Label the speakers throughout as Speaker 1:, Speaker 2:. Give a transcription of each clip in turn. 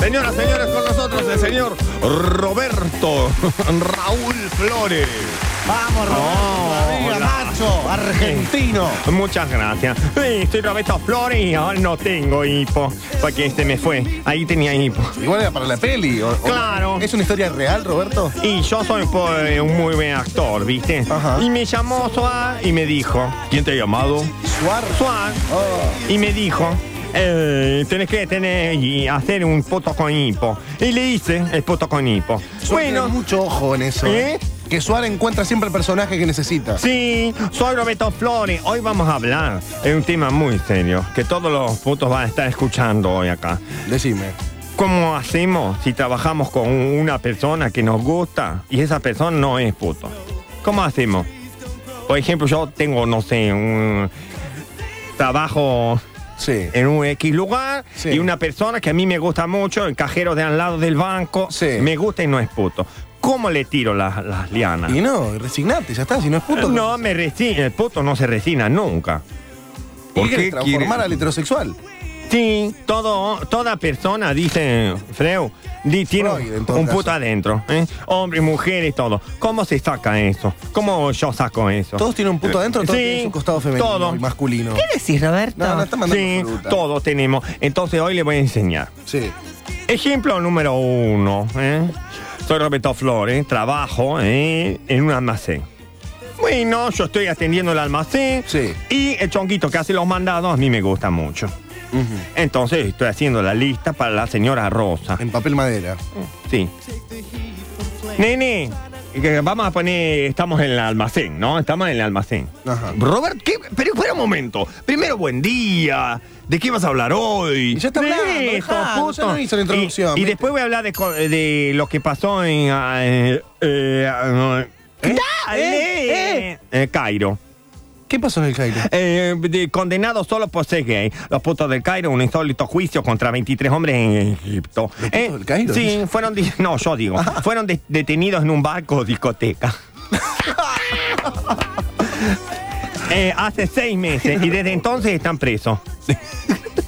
Speaker 1: Señoras, señores, con nosotros el señor Roberto Raúl Flores.
Speaker 2: Oh,
Speaker 3: Vamos, Roberto,
Speaker 1: Hola.
Speaker 3: amiga, macho, argentino.
Speaker 1: Muchas gracias. Sí, Soy Roberto Flores y ahora no tengo hipo. Porque este me fue. Ahí tenía hipo.
Speaker 3: Igual era para la peli. o- o-
Speaker 1: Claro.
Speaker 3: ¿Es una historia real, Roberto?
Speaker 1: Y yo soy pues, un muy buen actor, ¿viste?
Speaker 3: Ajá.
Speaker 1: Y me llamó Suárez y me dijo. ¿Quién te ha llamado?
Speaker 3: Suar.
Speaker 1: Suárez.
Speaker 3: Oh.
Speaker 1: Y me dijo. eh, tenés que tener y hacer un foto con hipo. Y le hice el foto con hipo.
Speaker 3: Suar tiene
Speaker 1: Bueno,
Speaker 3: mucho ojo en eso. ¿eh?
Speaker 1: ¿Eh?
Speaker 3: Que Suar encuentra siempre el personaje que necesita.
Speaker 1: Sí, soy Roberto Flores. Hoy vamos a hablar de un tema muy serio que todos los putos van a estar escuchando hoy acá.
Speaker 3: Decime.
Speaker 1: ¿Cómo hacemos si trabajamos con un- una persona que nos gusta y esa persona no es puto? ¿Cómo hacemos? Por ejemplo, yo tengo, no sé, un trabajo
Speaker 3: Sí.
Speaker 1: en un X lugar
Speaker 3: Sí.
Speaker 1: y una persona que a mí me gusta mucho, el cajero de al lado del banco,
Speaker 3: Sí.
Speaker 1: me gusta y no es puto. ¿Cómo le tiro las, las lianas?
Speaker 3: Y no, resignate, ya está. Si no es puto,
Speaker 1: No me resigna, el puto no se resigna nunca.
Speaker 3: ¿por qué
Speaker 2: quiere-
Speaker 3: transformar al heterosexual?
Speaker 1: Sí, todo, toda persona, dice Freud, di- tiene
Speaker 3: Freud, en todo
Speaker 1: un
Speaker 3: caso.
Speaker 1: puto adentro. ¿eh? Hombre, mujer y todo. ¿Cómo se saca eso? ¿Cómo yo saco eso?
Speaker 3: Todos tienen un puto adentro, todos
Speaker 1: Sí,
Speaker 3: tienen su costado femenino
Speaker 1: todo.
Speaker 3: y masculino.
Speaker 4: ¿Qué decís, Roberto?
Speaker 3: No, no está mandando
Speaker 1: sí,
Speaker 3: fruta.
Speaker 1: todos tenemos. Entonces hoy le voy a enseñar.
Speaker 3: Sí.
Speaker 1: Ejemplo número uno. ¿eh? Soy Roberto Flores, trabajo ¿eh? en un almacén. Bueno, yo estoy atendiendo el almacén
Speaker 3: Sí.
Speaker 1: y el chonquito que hace los mandados a mí me gusta mucho.
Speaker 3: Ujú.
Speaker 1: Entonces estoy haciendo la lista para la señora Rosa.
Speaker 3: En papel madera.
Speaker 1: Sí. Nene, que vamos a poner, estamos en el almacén, ¿no? Estamos en el almacén.
Speaker 3: Ajá.
Speaker 1: Robert, ¿qué? pero espera un momento. Primero, buen día. ¿De qué vas a hablar hoy?
Speaker 3: Y ya está
Speaker 1: De
Speaker 3: hablando,
Speaker 1: esto,
Speaker 3: dejalo, ya
Speaker 1: puto.
Speaker 3: no hizo la introducción,
Speaker 1: Y, y
Speaker 3: ¿viste?
Speaker 1: después voy a hablar de, co- de lo que pasó en... ah, eh, eh, ah, dale. Eh, Cairo.
Speaker 3: ¿Qué pasó en el Cairo?
Speaker 1: Eh, de- condenado solo por ser gay. Los putos del Cairo, un insólito juicio contra 23 hombres en Egipto. Eh,
Speaker 3: ¿Los putos del Cairo? Ah.
Speaker 1: Sí, fueron. di- No, yo digo. Fueron de- detenidos en un barco discoteca. Eh, hace seis meses y desde entonces están presos.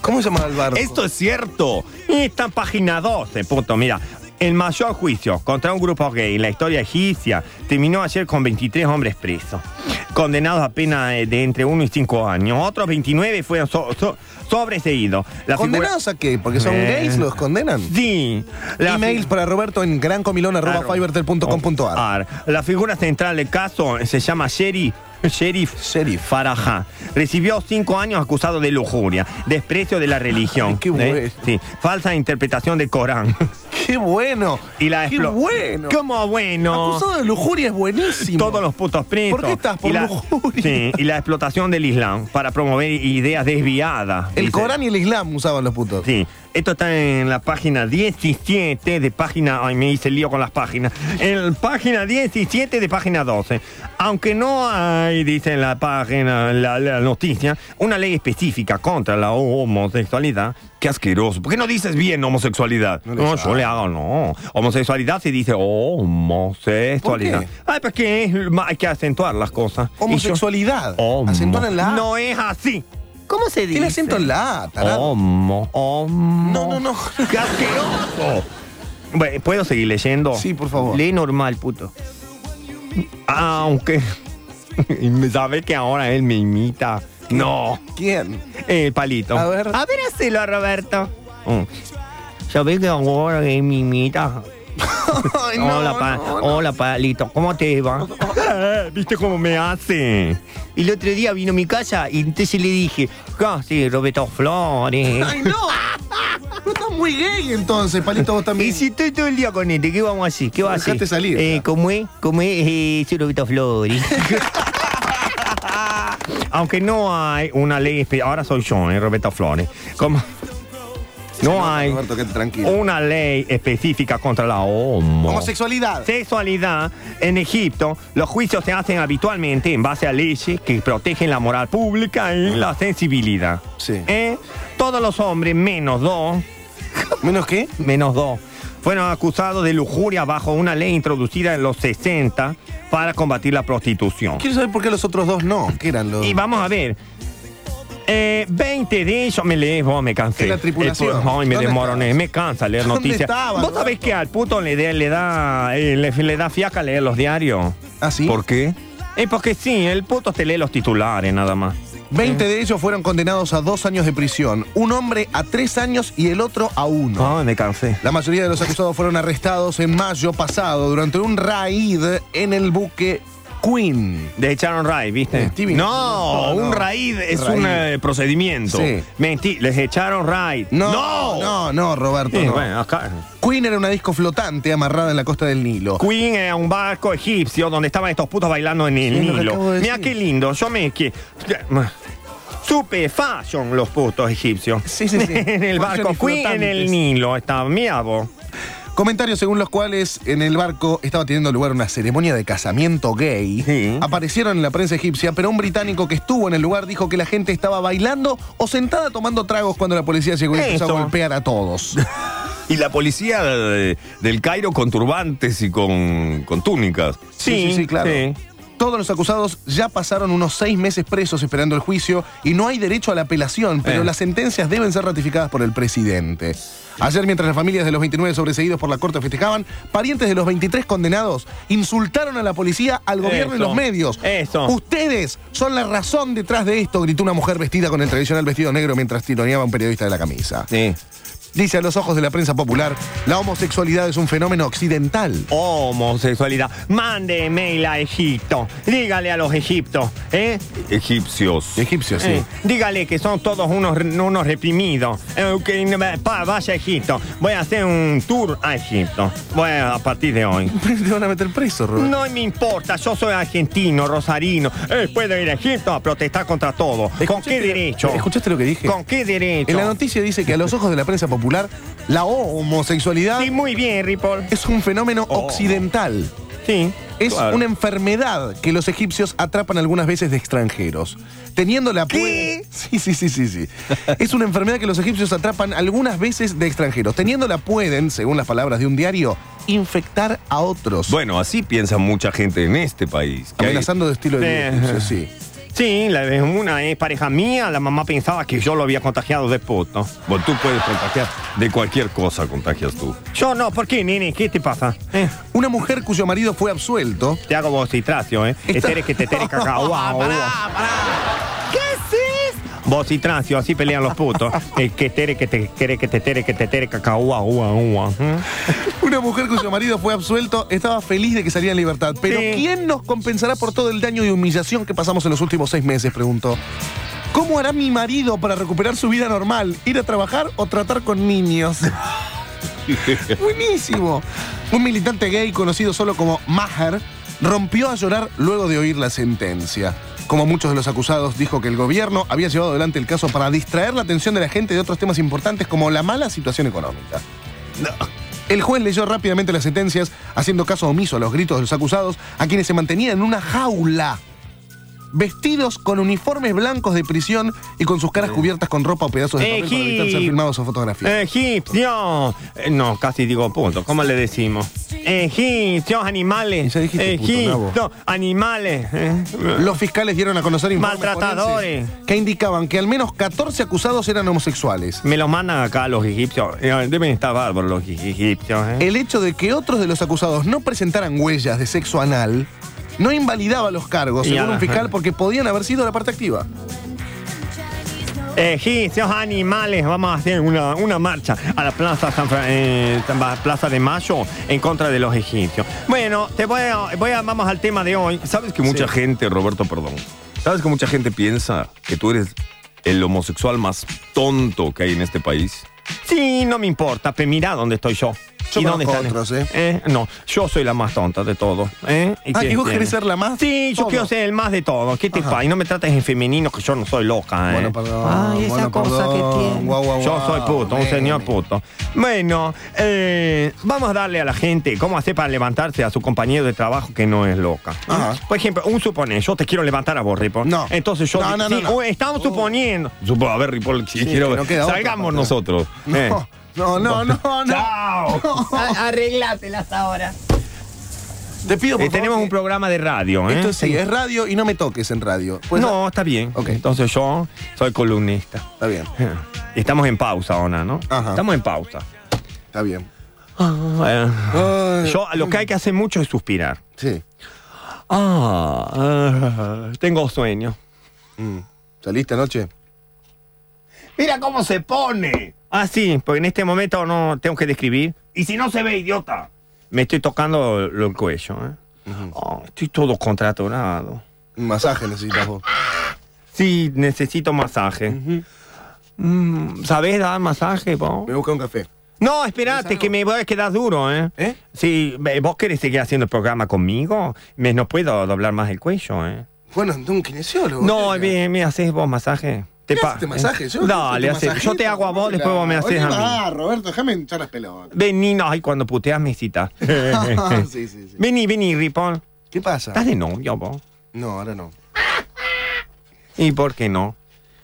Speaker 3: ¿Cómo se llama el barco?
Speaker 2: Esto es cierto.
Speaker 1: Y está en página 12, puto, mira. El mayor juicio contra un grupo gay en la historia egipcia terminó ayer con 23 hombres presos, condenados a pena eh, de entre 1 y 5 años. Otros 29 fueron so- so- sobreseídos. La figura-
Speaker 3: ¿Condenados a qué? ¿Porque son
Speaker 1: Eh.
Speaker 3: gays los condenan?
Speaker 1: Sí. La fi-
Speaker 3: Emails para Roberto en grancomilón.fivertel.com.ar.
Speaker 1: Ar. La figura central del caso se llama Sherry. Sheriff,
Speaker 3: Sheriff.
Speaker 1: Farajá recibió cinco años acusado de lujuria, desprecio de la religión, ¿eh?
Speaker 3: qué bueno.
Speaker 1: Sí, falsa interpretación del Corán.
Speaker 3: ¡Qué bueno!
Speaker 1: Y la
Speaker 3: ¡Qué
Speaker 1: explo-
Speaker 3: bueno!
Speaker 1: ¿Cómo Ah, bueno?
Speaker 3: Acusado de lujuria es buenísimo.
Speaker 1: Todos los putos presos.
Speaker 3: ¿Por qué estás por
Speaker 1: y la,
Speaker 3: lujuria?
Speaker 1: Sí, y la explotación del Islam para promover ideas desviadas.
Speaker 3: El
Speaker 1: dice.
Speaker 3: Corán y el Islam usaban los putos.
Speaker 1: Sí, esto está en la página 17 de página. Ay, me hice lío con las páginas. En página 17 de página 12. Aunque no hay, dice en la página, la, la noticia, una ley específica contra la homosexualidad.
Speaker 2: Qué asqueroso. ¿Por qué no dices bien homosexualidad?
Speaker 3: No le
Speaker 1: No,
Speaker 3: sabe.
Speaker 1: yo le hago no. Homosexualidad se dice homosexualidad.
Speaker 3: ¿Por qué?
Speaker 1: Ay, porque es- ma- hay que acentuar las cosas. Y yo-
Speaker 3: Homosexualidad.
Speaker 1: Homo.
Speaker 3: Acentúan en la A.
Speaker 1: No es así.
Speaker 4: ¿Cómo se dice?
Speaker 3: Tiene acento en la A, tarado.
Speaker 1: Oh. Homo. Homo.
Speaker 3: No, no, no.
Speaker 1: ¡Qué asqueroso! Bueno, ¿Puedo seguir leyendo?
Speaker 3: Sí, por favor.
Speaker 4: Lee normal, puto.
Speaker 1: Aunque. ¿Sabes que ahora él me imita? No.
Speaker 3: ¿Quién?
Speaker 1: El palito.
Speaker 3: A ver.
Speaker 4: eh, A ver, hacelo, Roberto.
Speaker 1: Mm. ¿Sabes que ahora él me imita?
Speaker 3: Ay, no,
Speaker 4: hola, pa-
Speaker 3: no, no.
Speaker 4: hola, palito. ¿Cómo te va?
Speaker 1: ¿Viste cómo me hace?
Speaker 4: El otro día vino a mi casa y entonces le dije, ah, sí, Roberto Flores.
Speaker 3: Ay, no. No estás muy gay entonces, palito vos
Speaker 4: Y
Speaker 3: también.
Speaker 4: si estoy todo el día con este, ¿qué vamos a hacer? ¿Qué vas a hacer?
Speaker 3: Dejate salir,
Speaker 4: Eh,
Speaker 3: ya.
Speaker 4: ¿Cómo es? ¿Cómo es? Eh, soy Roberto Flores.
Speaker 1: Aunque no hay una ley espe- ahora soy yo, eh, Roberto Flores. Como- no hay
Speaker 3: Roberto, quédate tranquilo.
Speaker 1: una ley específica contra la homo.
Speaker 3: Homosexualidad.
Speaker 1: sexualidad en Egipto, los juicios se hacen habitualmente en base a leyes que protegen la moral pública y la sensibilidad.
Speaker 3: Sí.
Speaker 1: ¿Eh? Todos los hombres, menos dos,
Speaker 3: ¿Menos qué?
Speaker 1: menos dos, fueron acusados de lujuria bajo una ley introducida en los 60 para combatir la prostitución.
Speaker 3: Quiero saber por qué los otros dos no. ¿Qué eran los...?
Speaker 1: Y vamos a ver. Eh, 20 de ellos me lees, vos me cansé.
Speaker 3: En la tripulación.
Speaker 1: Eh, pues, ay, me
Speaker 3: ¿Dónde
Speaker 1: desmoroné,
Speaker 3: estabas?
Speaker 1: me cansa leer
Speaker 3: ¿Dónde
Speaker 1: noticias.
Speaker 3: estabas,
Speaker 1: ¿Vos sabés
Speaker 3: Roberto?
Speaker 1: que al puto le, da- le da eh, le, le da fiaca leer los diarios?
Speaker 3: ¿Ah, sí?
Speaker 2: ¿Por qué?
Speaker 1: Es porque sí, el puto te lee los titulares nada más.
Speaker 3: 20 de ellos fueron condenados a dos años de prisión, un hombre a tres años y el otro a uno.
Speaker 1: Ay, me cansé.
Speaker 3: La mayoría de los acusados fueron arrestados en mayo pasado durante un raid en el buque Queen.
Speaker 1: De Echaron Ray, ¿viste?
Speaker 3: Stevie.
Speaker 1: No,
Speaker 3: No, no.
Speaker 1: un raid es
Speaker 3: Raid.
Speaker 1: un eh, procedimiento.
Speaker 3: Sí.
Speaker 1: Mentí, les echaron raid.
Speaker 3: no, no, no, Roberto.
Speaker 1: Sí,
Speaker 3: no.
Speaker 1: bueno, acá.
Speaker 3: Queen era una disco flotante amarrada en la costa del Nilo.
Speaker 1: Queen era un barco egipcio donde estaban estos putos bailando en el
Speaker 3: Sí, lo que
Speaker 1: Nilo.
Speaker 3: acabo de
Speaker 1: Mira
Speaker 3: decir.
Speaker 1: qué lindo, yo me que Super fashion los putos egipcios.
Speaker 3: Sí, sí, sí.
Speaker 1: en el
Speaker 3: Fashion
Speaker 1: barco
Speaker 3: y
Speaker 1: Queen en el
Speaker 3: flotantes.
Speaker 1: Nilo. Está, mira vos.
Speaker 3: Comentarios según los cuales en el barco estaba teniendo lugar una ceremonia de casamiento gay.
Speaker 1: Sí.
Speaker 3: Aparecieron en la prensa egipcia, pero un británico que estuvo en el lugar dijo que la gente estaba bailando o sentada tomando tragos cuando la policía llegó y empezó
Speaker 1: Eso.
Speaker 3: a golpear a todos.
Speaker 2: Y la policía de- del Cairo con turbantes y con, con túnicas.
Speaker 3: Sí, sí, sí, claro.
Speaker 1: sí.
Speaker 3: Todos los acusados ya pasaron unos seis meses presos esperando el juicio y no hay derecho a la apelación, pero
Speaker 1: Eh.
Speaker 3: las sentencias deben ser ratificadas por el presidente. Ayer, mientras las familias de los 29 sobreseídos por la corte festejaban, parientes de los 23 condenados insultaron a la policía, al gobierno
Speaker 1: Eso.
Speaker 3: y los medios.
Speaker 1: Eso.
Speaker 3: Ustedes son la razón detrás de esto, gritó una mujer vestida con el tradicional vestido negro mientras tironeaba a un periodista de la camisa.
Speaker 1: Sí.
Speaker 3: Dice a los ojos de la prensa popular, la homosexualidad es un fenómeno occidental.
Speaker 1: Homosexualidad. Mande mail a Egipto. Dígale a los egiptos, ¿eh?
Speaker 2: Egipcios.
Speaker 3: Egipcio, sí.
Speaker 1: Eh, dígale que son todos unos, unos reprimidos. Eh, que no me- pa, vaya a Egipto. Voy a hacer un tour a Egipto. Voy a, a partir de hoy.
Speaker 3: Te van a meter preso, Roberto.
Speaker 1: No me importa, yo soy argentino, rosarino. Eh, puedo ir a Egipto a protestar contra todo. ¿Con
Speaker 3: ¿Escuchaste
Speaker 1: qué
Speaker 3: lo-
Speaker 1: derecho?
Speaker 3: ¿Escuchaste lo que dije?
Speaker 1: ¿Con qué derecho?
Speaker 3: En la noticia dice que a los ojos de la prensa popular, la homosexualidad
Speaker 1: Sí, muy bien, Ripoll.
Speaker 3: es un fenómeno
Speaker 1: Oh.
Speaker 3: occidental.
Speaker 1: Sí.
Speaker 3: Es
Speaker 2: Claro.
Speaker 3: una enfermedad que los egipcios atrapan algunas veces de extranjeros. Teniendo la
Speaker 1: ¿Qué?
Speaker 3: pue- Sí, sí, sí, sí, sí. es una enfermedad que los egipcios atrapan algunas veces de extranjeros. Teniéndola pueden, según las palabras de un diario, infectar a otros.
Speaker 2: Bueno, así piensa mucha gente en este país. que hay-
Speaker 3: amenazando de estilo de
Speaker 1: Eh.
Speaker 3: vida egipcio, sí.
Speaker 1: Sí, la, una es pareja mía, la mamá pensaba que yo lo había contagiado de puto.
Speaker 2: Bueno, tú puedes contagiar de cualquier cosa, contagias tú.
Speaker 1: Yo no, ¿por qué, nene? ¿Qué te pasa? Eh,
Speaker 3: Una mujer cuyo marido fue absuelto
Speaker 1: te hago vocitracio, ¿eh?
Speaker 3: Está-
Speaker 1: Este eres que te tenés cacao. Vos y transio, así pelean los putos. El que tere, que te quiere, que te tere, que te tere, cacao, ua, ua, ua.
Speaker 3: Una mujer cuyo marido fue absuelto estaba feliz de que salía en libertad. Pero
Speaker 1: Sí.
Speaker 3: ¿quién nos compensará por todo el daño y humillación que pasamos en los últimos seis meses? Preguntó. ¿Cómo hará mi marido para recuperar su vida normal? ¿Ir a trabajar o tratar con niños? Buenísimo. Un militante gay conocido solo como Maher rompió a llorar luego de oír la sentencia. Como muchos de los acusados, dijo que el gobierno había llevado adelante el caso para distraer la atención de la gente de otros temas importantes como la mala situación económica. El juez leyó rápidamente las sentencias, haciendo caso omiso a los gritos de los acusados, a quienes se mantenían en una jaula, vestidos con uniformes blancos de prisión y con sus caras cubiertas con ropa o pedazos de papel para evitar ser
Speaker 1: Ejí.
Speaker 3: filmados o fotografiados.
Speaker 1: Egipcio. Eh, no, casi digo punto. ¿Cómo le decimos? Egipcios, animales.
Speaker 3: Ya dijiste puto,
Speaker 1: Egipcio, animales. eh.
Speaker 3: Los fiscales dieron a conocer informes
Speaker 1: Maltratadores.
Speaker 3: forenses que indicaban que al menos 14 acusados eran homosexuales.
Speaker 1: Me los mandan acá los egipcios. Eh, Deben estar bárbaros los egipcios. eh.
Speaker 3: El hecho de que otros de los acusados no presentaran huellas de sexo anal no invalidaba los cargos,
Speaker 1: Y
Speaker 3: según
Speaker 1: ala.
Speaker 3: un fiscal, porque podían haber sido la parte activa.
Speaker 1: Egipcios, animales, vamos a hacer una, una marcha a la plaza, San Fra- eh, San Ba- plaza de Mayo en contra de los egipcios. Bueno, te voy a, voy a- vamos al tema de hoy.
Speaker 2: ¿Sabes que mucha gente, Roberto, perdón? ¿Sabes que mucha gente piensa que tú eres el homosexual más tonto que hay en este país?
Speaker 1: Sí, no me importa, pero mira dónde estoy yo.
Speaker 3: Yo
Speaker 1: ¿Y dónde
Speaker 3: conozco
Speaker 1: están?
Speaker 3: otros, ¿eh?
Speaker 1: No, yo soy la más tonta de todos. ¿eh? ¿Y
Speaker 3: Ah,
Speaker 1: qué
Speaker 3: ¿y vos
Speaker 1: tiene?
Speaker 3: querés ser la más?
Speaker 1: Sí, yo
Speaker 3: Todo.
Speaker 1: quiero ser el más de todos. ¿Qué te
Speaker 3: Ajá.
Speaker 1: pasa? Y no me trates en femenino, que yo no soy loca. ¿eh?
Speaker 3: Bueno, perdón.
Speaker 4: Ay, esa
Speaker 3: bueno,
Speaker 4: cosa que
Speaker 3: perdón.
Speaker 4: tiene.
Speaker 3: Guau, guau,
Speaker 1: Yo
Speaker 3: guau.
Speaker 1: soy puto, un
Speaker 3: Nene.
Speaker 1: señor puto. Bueno, eh, vamos a darle a la gente cómo hacer para levantarse a su compañero de trabajo que no es loca.
Speaker 3: Ajá.
Speaker 1: Por ejemplo, un suponer, yo te quiero levantar a vos, Ripo.
Speaker 3: No.
Speaker 1: Entonces yo...
Speaker 3: No, no, no,
Speaker 1: sí,
Speaker 3: no.
Speaker 1: oh, Estamos suponiendo...
Speaker 2: Supongo, a ver, Ripoll, si quiero,
Speaker 3: que no queda otra,
Speaker 2: salgamos
Speaker 3: papá.
Speaker 2: nosotros. Eh.
Speaker 3: No, no, no, no. no.
Speaker 2: ¡Chao!
Speaker 4: Arreglatelas ahora.
Speaker 3: Te pido por
Speaker 1: Eh, tenemos un
Speaker 3: favor
Speaker 1: programa de radio,
Speaker 3: que-
Speaker 1: ¿eh?
Speaker 3: Esto sí, es radio y no me toques en radio. Pues,
Speaker 1: no, está bien.
Speaker 3: Ok.
Speaker 1: Entonces yo soy columnista.
Speaker 3: Está bien,
Speaker 1: Estamos en pausa ahora, ¿no?
Speaker 3: Ajá. Ah,
Speaker 1: Estamos en pausa.
Speaker 3: está bien.
Speaker 1: Eh,
Speaker 3: Ay,
Speaker 1: yo lo que hay que hacer mucho es suspirar.
Speaker 3: Sí.
Speaker 1: Ah, ah, tengo sueño.
Speaker 3: Mm. ¿Saliste anoche?
Speaker 1: Mira cómo se pone. Ah, sí, porque en este momento no tengo que describir. Y si no se ve, idiota. Me estoy tocando lo- el cuello, ¿eh? Oh, estoy todo contratorado.
Speaker 3: Un masaje necesitas vos.
Speaker 1: Sí, necesito masaje. Mm, ¿Sabés dar masaje, vos?
Speaker 3: Me busca un café.
Speaker 1: No, espérate, que me voy a quedar duro, ¿eh?
Speaker 3: ¿Eh?
Speaker 1: Sí, ve- vos querés seguir haciendo el programa conmigo, me, no puedo doblar más el cuello, ¿eh?
Speaker 3: Bueno, anda un kinesiólogo.
Speaker 1: No,
Speaker 3: Venga.
Speaker 1: me, me haces vos masaje. Te
Speaker 3: ¿Qué
Speaker 1: pa-
Speaker 3: haces este masaje? Yo,
Speaker 1: Dale,
Speaker 3: este
Speaker 1: hace- yo te
Speaker 3: masajito,
Speaker 1: hago a vos,
Speaker 3: mira.
Speaker 1: después vos me haces
Speaker 3: Oye,
Speaker 1: a mí.
Speaker 3: Ah, Roberto, déjame hinchar las pelotas.
Speaker 1: Vení, no, ay, cuando puteas me citas.
Speaker 3: sí, sí, sí.
Speaker 1: vení, vení, Ripón.
Speaker 3: ¿Qué pasa?
Speaker 1: ¿Estás de novio vos?
Speaker 3: No, ahora no.
Speaker 1: ¿Y por qué no?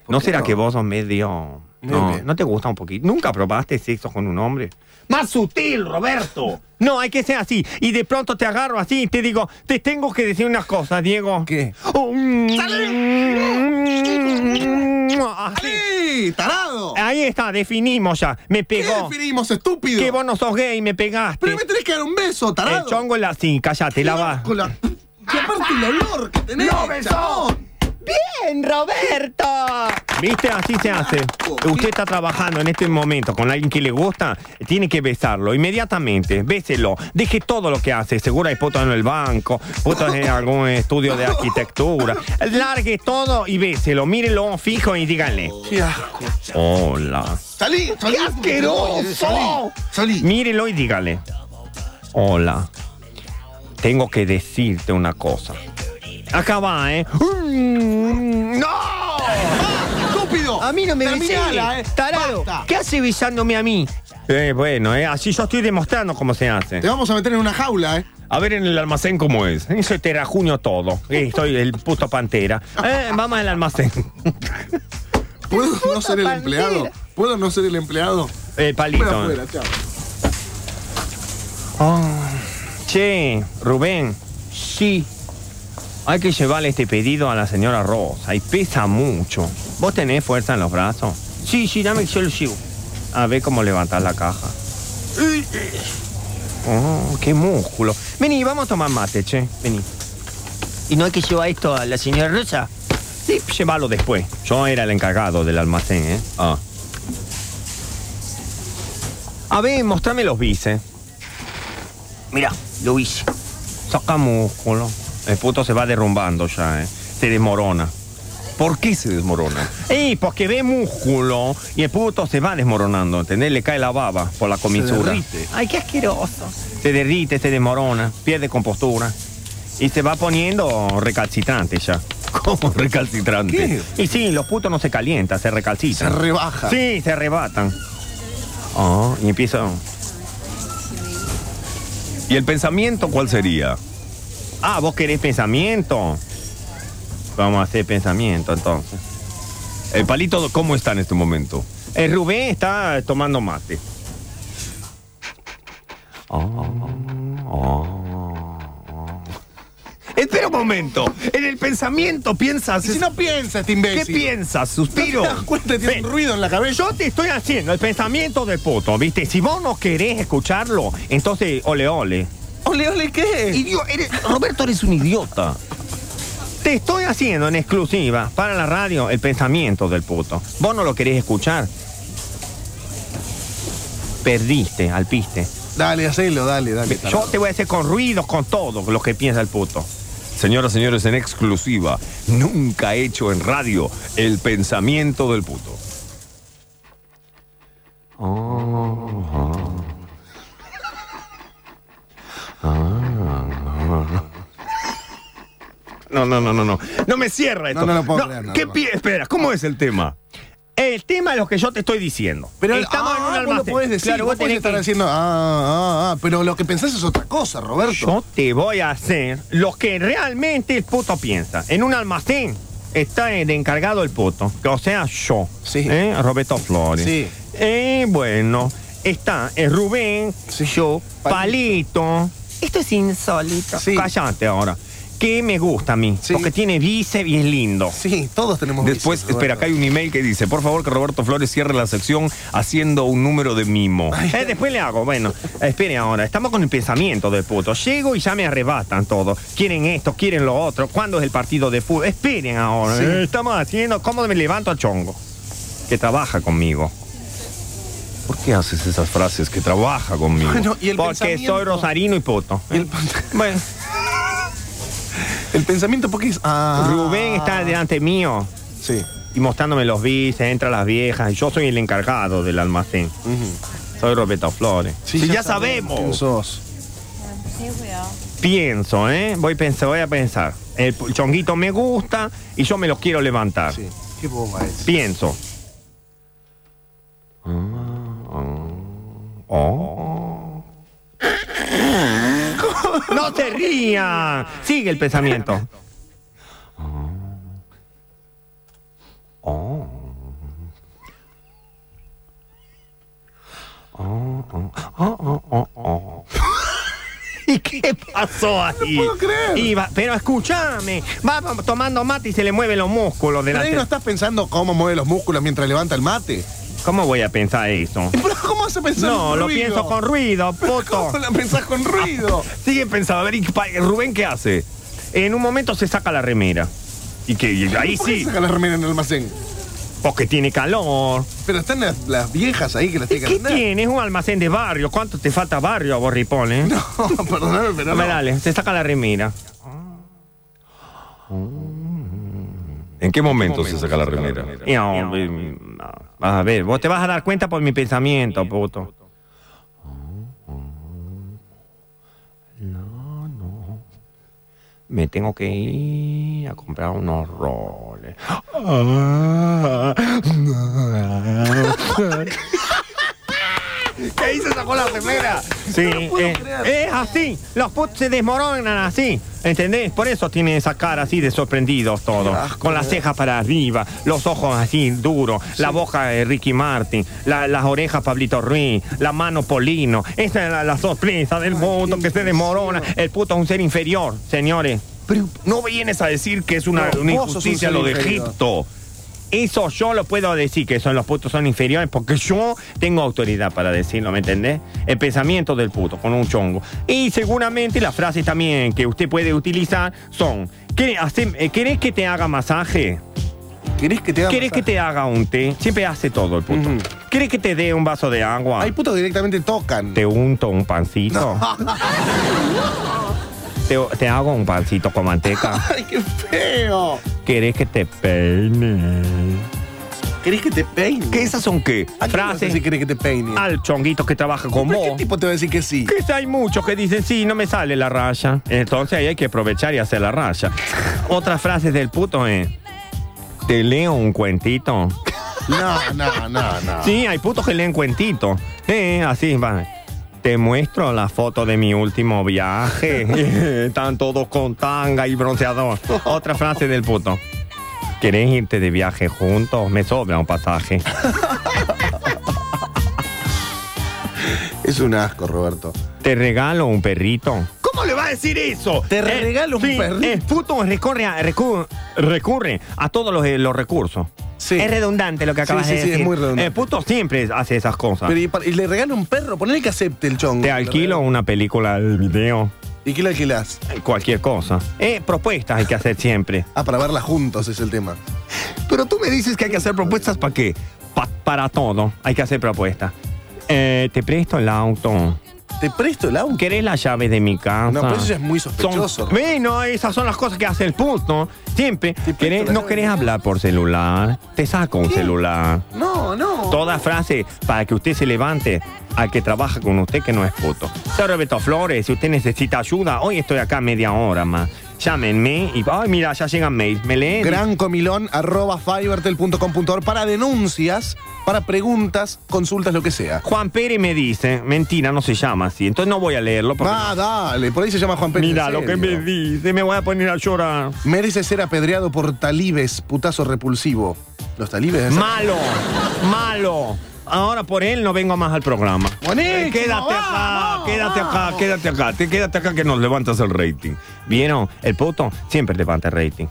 Speaker 3: ¿Por
Speaker 1: ¿No
Speaker 3: qué
Speaker 1: será
Speaker 3: no?
Speaker 1: que vos sos medio...
Speaker 3: Muy
Speaker 1: No,
Speaker 3: bien.
Speaker 1: no te gusta un poquito. ¿Nunca probaste sexo con un hombre?
Speaker 4: Más sutil, Roberto.
Speaker 1: No, hay que ser así. Y de pronto te agarro así y te digo, te tengo que decir unas cosas, Diego.
Speaker 3: ¿Qué?
Speaker 1: Oh, mm, mm, así.
Speaker 3: ¡Sí! ¡Tarado!
Speaker 1: Ahí está, definimos ya. Me
Speaker 3: ¿Qué
Speaker 1: pegó.
Speaker 3: definimos, estúpido?
Speaker 1: Que vos no sos gay, me pegaste.
Speaker 3: Pero me tenés que dar un beso, tarado.
Speaker 1: El chongo en la... Sí, callate, la va.
Speaker 3: Con la... Y aparte el olor que tenés,
Speaker 1: ¡No, besó!
Speaker 3: chabón.
Speaker 1: ¡Bien, Roberto! ¿Viste? Así se hace.
Speaker 3: asco, qué-
Speaker 1: Usted está trabajando en este momento con alguien que le gusta, tiene que besarlo inmediatamente. Béselo. Deje todo lo que hace. Seguro hay fotos en el banco, fotos en algún estudio de arquitectura. Largue todo y béselo. Mírelo fijo y díganle.
Speaker 3: ¡Qué asco!
Speaker 1: Hola.
Speaker 3: ¡Salí! ¡Salí!
Speaker 1: ¡Qué asqueroso!
Speaker 3: ¡Salí! ¡Salí!
Speaker 1: Mírelo y dígale. Hola. Tengo que decirte una cosa. Acá va, ¿eh? Mm, ¡No!
Speaker 3: ¡Estúpido!
Speaker 4: A mí no me
Speaker 3: Terminala,
Speaker 4: besé.
Speaker 3: eh.
Speaker 4: Tarado.
Speaker 3: Basta.
Speaker 4: ¿Qué hace besándome a mí?
Speaker 1: Eh, bueno, eh, así yo estoy demostrando cómo se
Speaker 3: Te
Speaker 1: hace.
Speaker 3: vamos a meter en una jaula, ¿eh?
Speaker 1: A ver en el almacén cómo es. Soy terrajuño todo. Eh, soy el puto pantera. Eh, vamos al almacén.
Speaker 3: ¿Puedo no ser el
Speaker 4: pantera.
Speaker 3: empleado? ¿Puedo no ser el empleado?
Speaker 1: El
Speaker 3: Fuera,
Speaker 1: Eh, palito.
Speaker 3: fuera, chao.
Speaker 1: Che, Rubén. Sí. Hay que llevarle este pedido a la señora Rosa y pesa mucho. ¿Vos tenés fuerza en los brazos?
Speaker 4: Sí, sí, dame que yo lo sigo.
Speaker 1: A ver cómo levantás la caja. Oh, qué músculo. Vení, vamos a tomar mate, che. Vení.
Speaker 4: ¿Y no hay que llevar esto a la señora Rosa?
Speaker 1: Sí, llévalo después. Yo era el encargado del almacén, ¿eh? Ah. A ver, mostrame los bices.
Speaker 4: Mirá, lo hice.
Speaker 1: Saca músculo. El puto se va derrumbando ya, ¿eh? Se desmorona.
Speaker 2: ¿Por qué se desmorona?
Speaker 1: Y porque ve músculo y el puto se va desmoronando, ¿entendés? Le cae la baba por la comisura.
Speaker 3: derrite.
Speaker 4: Ay, qué asqueroso.
Speaker 1: Se derrite, se desmorona, pierde compostura. Y se va poniendo recalcitrante ya.
Speaker 2: ¿Cómo recalcitrante?
Speaker 1: Y sí, los putos no se calientan, se
Speaker 3: Se
Speaker 1: recalcitan.
Speaker 3: rebaja.
Speaker 1: Sí, se arrebatan. Ah, y empieza.
Speaker 2: ¿Y el pensamiento cuál sería?
Speaker 1: Ah, vos querés pensamiento. Vamos a hacer pensamiento entonces.
Speaker 2: El Eh, palito, ¿cómo está en este momento?
Speaker 1: El Eh, Rubén está tomando mate. Oh,
Speaker 2: Espera un momento. En el pensamiento piensas.
Speaker 3: Y si no piensa este imbécil.
Speaker 2: piensas? Suspiro.
Speaker 3: ¿Te das cuenta que tiene
Speaker 1: Ve.
Speaker 3: un ruido en la cabeza?
Speaker 1: Yo te estoy haciendo el pensamiento del puto, ¿viste? Si vos no querés escucharlo, entonces ole ole.
Speaker 3: Ole, ole, ¿qué?
Speaker 4: Idiota, Roberto, eres un idiota.
Speaker 1: Te estoy haciendo en exclusiva para la radio el pensamiento del puto. Vos no lo querés escuchar. Perdiste, al piste.
Speaker 3: Dale, hacelo, dale, dale.
Speaker 1: Yo te voy a decir con ruidos, con todo lo que piensa el puto.
Speaker 2: Señoras, señores, en exclusiva, nunca he hecho en radio el pensamiento del puto.
Speaker 1: No, no, no, no, no. No me cierra esto.
Speaker 3: no lo puedo Ah. creer, no,
Speaker 1: ¿qué
Speaker 3: no.
Speaker 1: pi- Espera, ¿cómo es el tema? El tema es lo que yo te estoy diciendo.
Speaker 3: Pero
Speaker 1: Estamos
Speaker 3: ah,
Speaker 1: en un
Speaker 3: vos lo
Speaker 1: almacén.
Speaker 3: podés decir,
Speaker 1: Claro,
Speaker 3: vos,
Speaker 1: vos
Speaker 3: podés
Speaker 1: tenés
Speaker 3: estar
Speaker 1: que-
Speaker 3: haciendo, ah, ah, ah, pero lo que pensás es otra cosa, Roberto.
Speaker 1: Yo te voy a hacer lo que realmente el puto piensa. En un almacén está el encargado el puto, que o sea yo,
Speaker 3: Sí.
Speaker 1: ¿eh? Roberto Flores.
Speaker 3: Sí.
Speaker 1: Eh, bueno, está el Rubén,
Speaker 3: Sí.
Speaker 1: yo, Palito,
Speaker 4: Esto es insólito.
Speaker 3: Sí.
Speaker 1: Cállate ahora. Que me gusta a mí.
Speaker 3: Sí.
Speaker 1: Porque tiene bíceps y es lindo.
Speaker 3: Sí, todos tenemos
Speaker 2: Después,
Speaker 3: vicios,
Speaker 2: espera,
Speaker 3: Roberto.
Speaker 2: acá hay un email que dice, por favor que Roberto Flores cierre la sección haciendo un número de mimo.
Speaker 1: Eh, después le hago, bueno, espere ahora, estamos con el pensamiento del puto. Llego y ya me arrebatan todo. Quieren esto, quieren lo otro. ¿Cuándo es el partido de fútbol? Esperen ahora.
Speaker 3: Sí.
Speaker 1: Eh, estamos haciendo, ¿cómo me levanto a Chongo? Que trabaja conmigo.
Speaker 2: ¿Por qué haces esas frases que trabaja conmigo?
Speaker 3: Bueno, y el
Speaker 1: Porque
Speaker 3: pensamiento.
Speaker 1: soy rosarino y puto.
Speaker 3: Y El,
Speaker 1: Bueno,
Speaker 3: el pensamiento, porque es. Ah.
Speaker 1: Rubén está delante mío
Speaker 3: Sí.
Speaker 1: y mostrándome los bits, entra las viejas. Yo soy el encargado del almacén. Soy Roberto Flores. Si ya sabemos.
Speaker 3: quién sos.
Speaker 1: Pienso, ¿eh? Voy, pens- voy a pensar. El p- chonguito me gusta y yo me los quiero levantar.
Speaker 3: Sí. Qué boba es.
Speaker 1: Pienso. Ah, Oh. ¡No te rías! Sigue el pensamiento. ¿Y qué pasó ahí?
Speaker 3: puedo creer.
Speaker 1: Iba- pero escúchame, va tomando mate y se le mueven los músculos de
Speaker 3: Pero
Speaker 1: la
Speaker 3: ahí no estás pensando cómo mueve los músculos mientras levanta el mate.
Speaker 1: ¿Cómo voy a pensar eso?
Speaker 3: Pero ¿cómo vas a pensar
Speaker 1: No,
Speaker 3: en
Speaker 1: lo
Speaker 3: ruido?
Speaker 1: pienso con ruido, puto.
Speaker 3: ¿Cómo la pensás con ruido?
Speaker 2: Sigue pensando, a ver, ¿y pa- Rubén qué hace?
Speaker 1: En un momento se saca la remera. Y que y ahí
Speaker 3: ¿Por qué
Speaker 1: sí,
Speaker 3: saca la remera en el almacén?
Speaker 1: porque tiene calor.
Speaker 3: Pero están las, las viejas ahí que las
Speaker 1: ¿Y
Speaker 3: tienen que
Speaker 1: qué
Speaker 3: atender.
Speaker 1: tiene? Es un almacén de barrio. ¿Cuánto te falta barrio, borripón, eh?
Speaker 3: No, perdóname, pero
Speaker 1: Dame,
Speaker 3: no.
Speaker 1: dale, se saca la remera.
Speaker 2: ¿En qué momento, se saca la remera?
Speaker 1: Y no, y- no. Vas a ver, vos te vas a dar cuenta por mi pensamiento, puto. No, no. Me tengo que ir a comprar unos roles.
Speaker 3: Que ahí se sacó la remera.
Speaker 1: Sí,
Speaker 3: puedo
Speaker 1: eh,
Speaker 3: creer.
Speaker 1: es así. Los putos se desmoronan así. ¿Entendés? Por eso tienen esa cara así de sorprendidos todos.
Speaker 3: Qué asco,
Speaker 1: con las
Speaker 3: eh.
Speaker 1: cejas para arriba, los ojos así duros, la boca de Ricky Martin, la- las orejas Pablito Ruiz, la mano Polino. Esa es la, la sorpresa del mundo que se desmorona. El puto es un ser inferior, señores.
Speaker 2: Pero no vienes a decir que es una,
Speaker 3: No,
Speaker 2: una
Speaker 3: vos sos un
Speaker 2: injusticia
Speaker 3: ser
Speaker 2: lo de
Speaker 3: inferior.
Speaker 2: Egipto.
Speaker 1: Eso yo lo puedo decir, que son los putos son inferiores, porque yo tengo autoridad para decirlo, ¿me entendés? El pensamiento del puto, con un chongo. Y seguramente las frases también que usted puede utilizar son, ¿querés, hacer- eh, querés que te haga masaje?
Speaker 3: ¿Querés que te haga
Speaker 1: ¿Querés que te haga un té? Siempre hace todo el puto.
Speaker 3: Ujú.
Speaker 1: ¿Querés que te dé un vaso de agua?
Speaker 3: Hay putos que directamente tocan.
Speaker 1: ¿Te unto un pancito? ¿Te, te hago un pancito con manteca?
Speaker 3: ¡Ay, qué feo!
Speaker 1: ¿Querés que te peine?
Speaker 3: ¿Querés que te peine?
Speaker 2: ¿Qué esas son qué?
Speaker 3: ¿A quién vas a
Speaker 1: Frase.
Speaker 3: decir querés que te peine?
Speaker 1: Al chonguito que trabaja con
Speaker 3: ¿Pero
Speaker 1: vos.
Speaker 3: ¿Qué tipo te va a decir que sí?
Speaker 1: Que hay muchos que dicen, sí, no me sale la raya. Entonces ahí hay que aprovechar y hacer la raya. Otra frase del puto eh. es, te leo un cuentito.
Speaker 3: No, no, no, no.
Speaker 1: Sí, hay putos que leen cuentitos. Eh, así va. Te muestro la foto de mi último viaje. Están todos con tanga y bronceador. Otra frase del puto. ¿Querés irte de viaje juntos? Me sobra un pasaje.
Speaker 3: Es un asco, Roberto.
Speaker 1: Te regalo un perrito.
Speaker 2: ¿Cómo le va a decir eso?
Speaker 3: Te
Speaker 1: Eh,
Speaker 3: regalo un
Speaker 1: sí,
Speaker 3: perrito.
Speaker 1: El puto recorre a, recu- recurre a todos los, eh, los recursos.
Speaker 3: Sí.
Speaker 1: Es redundante lo que acabas
Speaker 3: sí,
Speaker 1: de
Speaker 3: sí,
Speaker 1: decir.
Speaker 3: es muy redundante.
Speaker 1: El puto siempre hace esas cosas.
Speaker 3: Pero y, para- y le regalo un perro, ponele que acepte el chongo.
Speaker 1: Te alquilo una película, el video,
Speaker 3: ¿Y qué le alquilás?
Speaker 1: eh, cualquier cosa. Eh, propuestas hay que hacer siempre.
Speaker 3: Ah, para verla juntos es el tema.
Speaker 2: Pero tú me dices que hay que hacer propuestas para qué.
Speaker 1: Pa- para todo hay que hacer propuestas. Eh, te presto el auto.
Speaker 3: ¿Te presto el auto?
Speaker 1: ¿Querés las llaves de mi casa?
Speaker 3: No, pero eso ya es muy sospechoso.
Speaker 1: Son, bueno, esas son las cosas que hace el puto. Siempre.
Speaker 3: presto
Speaker 1: Querés-
Speaker 3: las
Speaker 1: no
Speaker 3: llaves.
Speaker 1: querés hablar por celular. Te saco un
Speaker 3: ¿Qué?
Speaker 1: celular.
Speaker 3: No, no.
Speaker 1: Toda frase para que usted se levante al que trabaja con usted que no es puto. Soy Roberto Flores, si usted necesita ayuda, hoy estoy acá media hora más. Llámenme y, ay, mira, ya llegan mails, me leen.
Speaker 3: grancomilón arroba fivertel.com.ar para denuncias, para preguntas, consultas, lo que sea.
Speaker 1: Juan Pérez me dice, mentira, no se llama así, entonces no voy a leerlo porque...
Speaker 3: Va, dale, por ahí se llama Juan Pérez.
Speaker 1: mira
Speaker 3: Ah, en
Speaker 1: lo que
Speaker 3: serio.
Speaker 1: me dice, me voy a poner a llorar.
Speaker 3: Merece ser apedreado por talibes, putazo repulsivo. Los talibes.
Speaker 1: Malo, malo. ahora por él no vengo más al programa.
Speaker 3: Buenísimo, Ah,
Speaker 1: Eh, quédate acá,
Speaker 3: vamos,
Speaker 1: quédate acá,
Speaker 3: vamos.
Speaker 1: quédate acá, te quédate acá que nos levantas el rating. ¿Vieron? El puto siempre levanta el rating.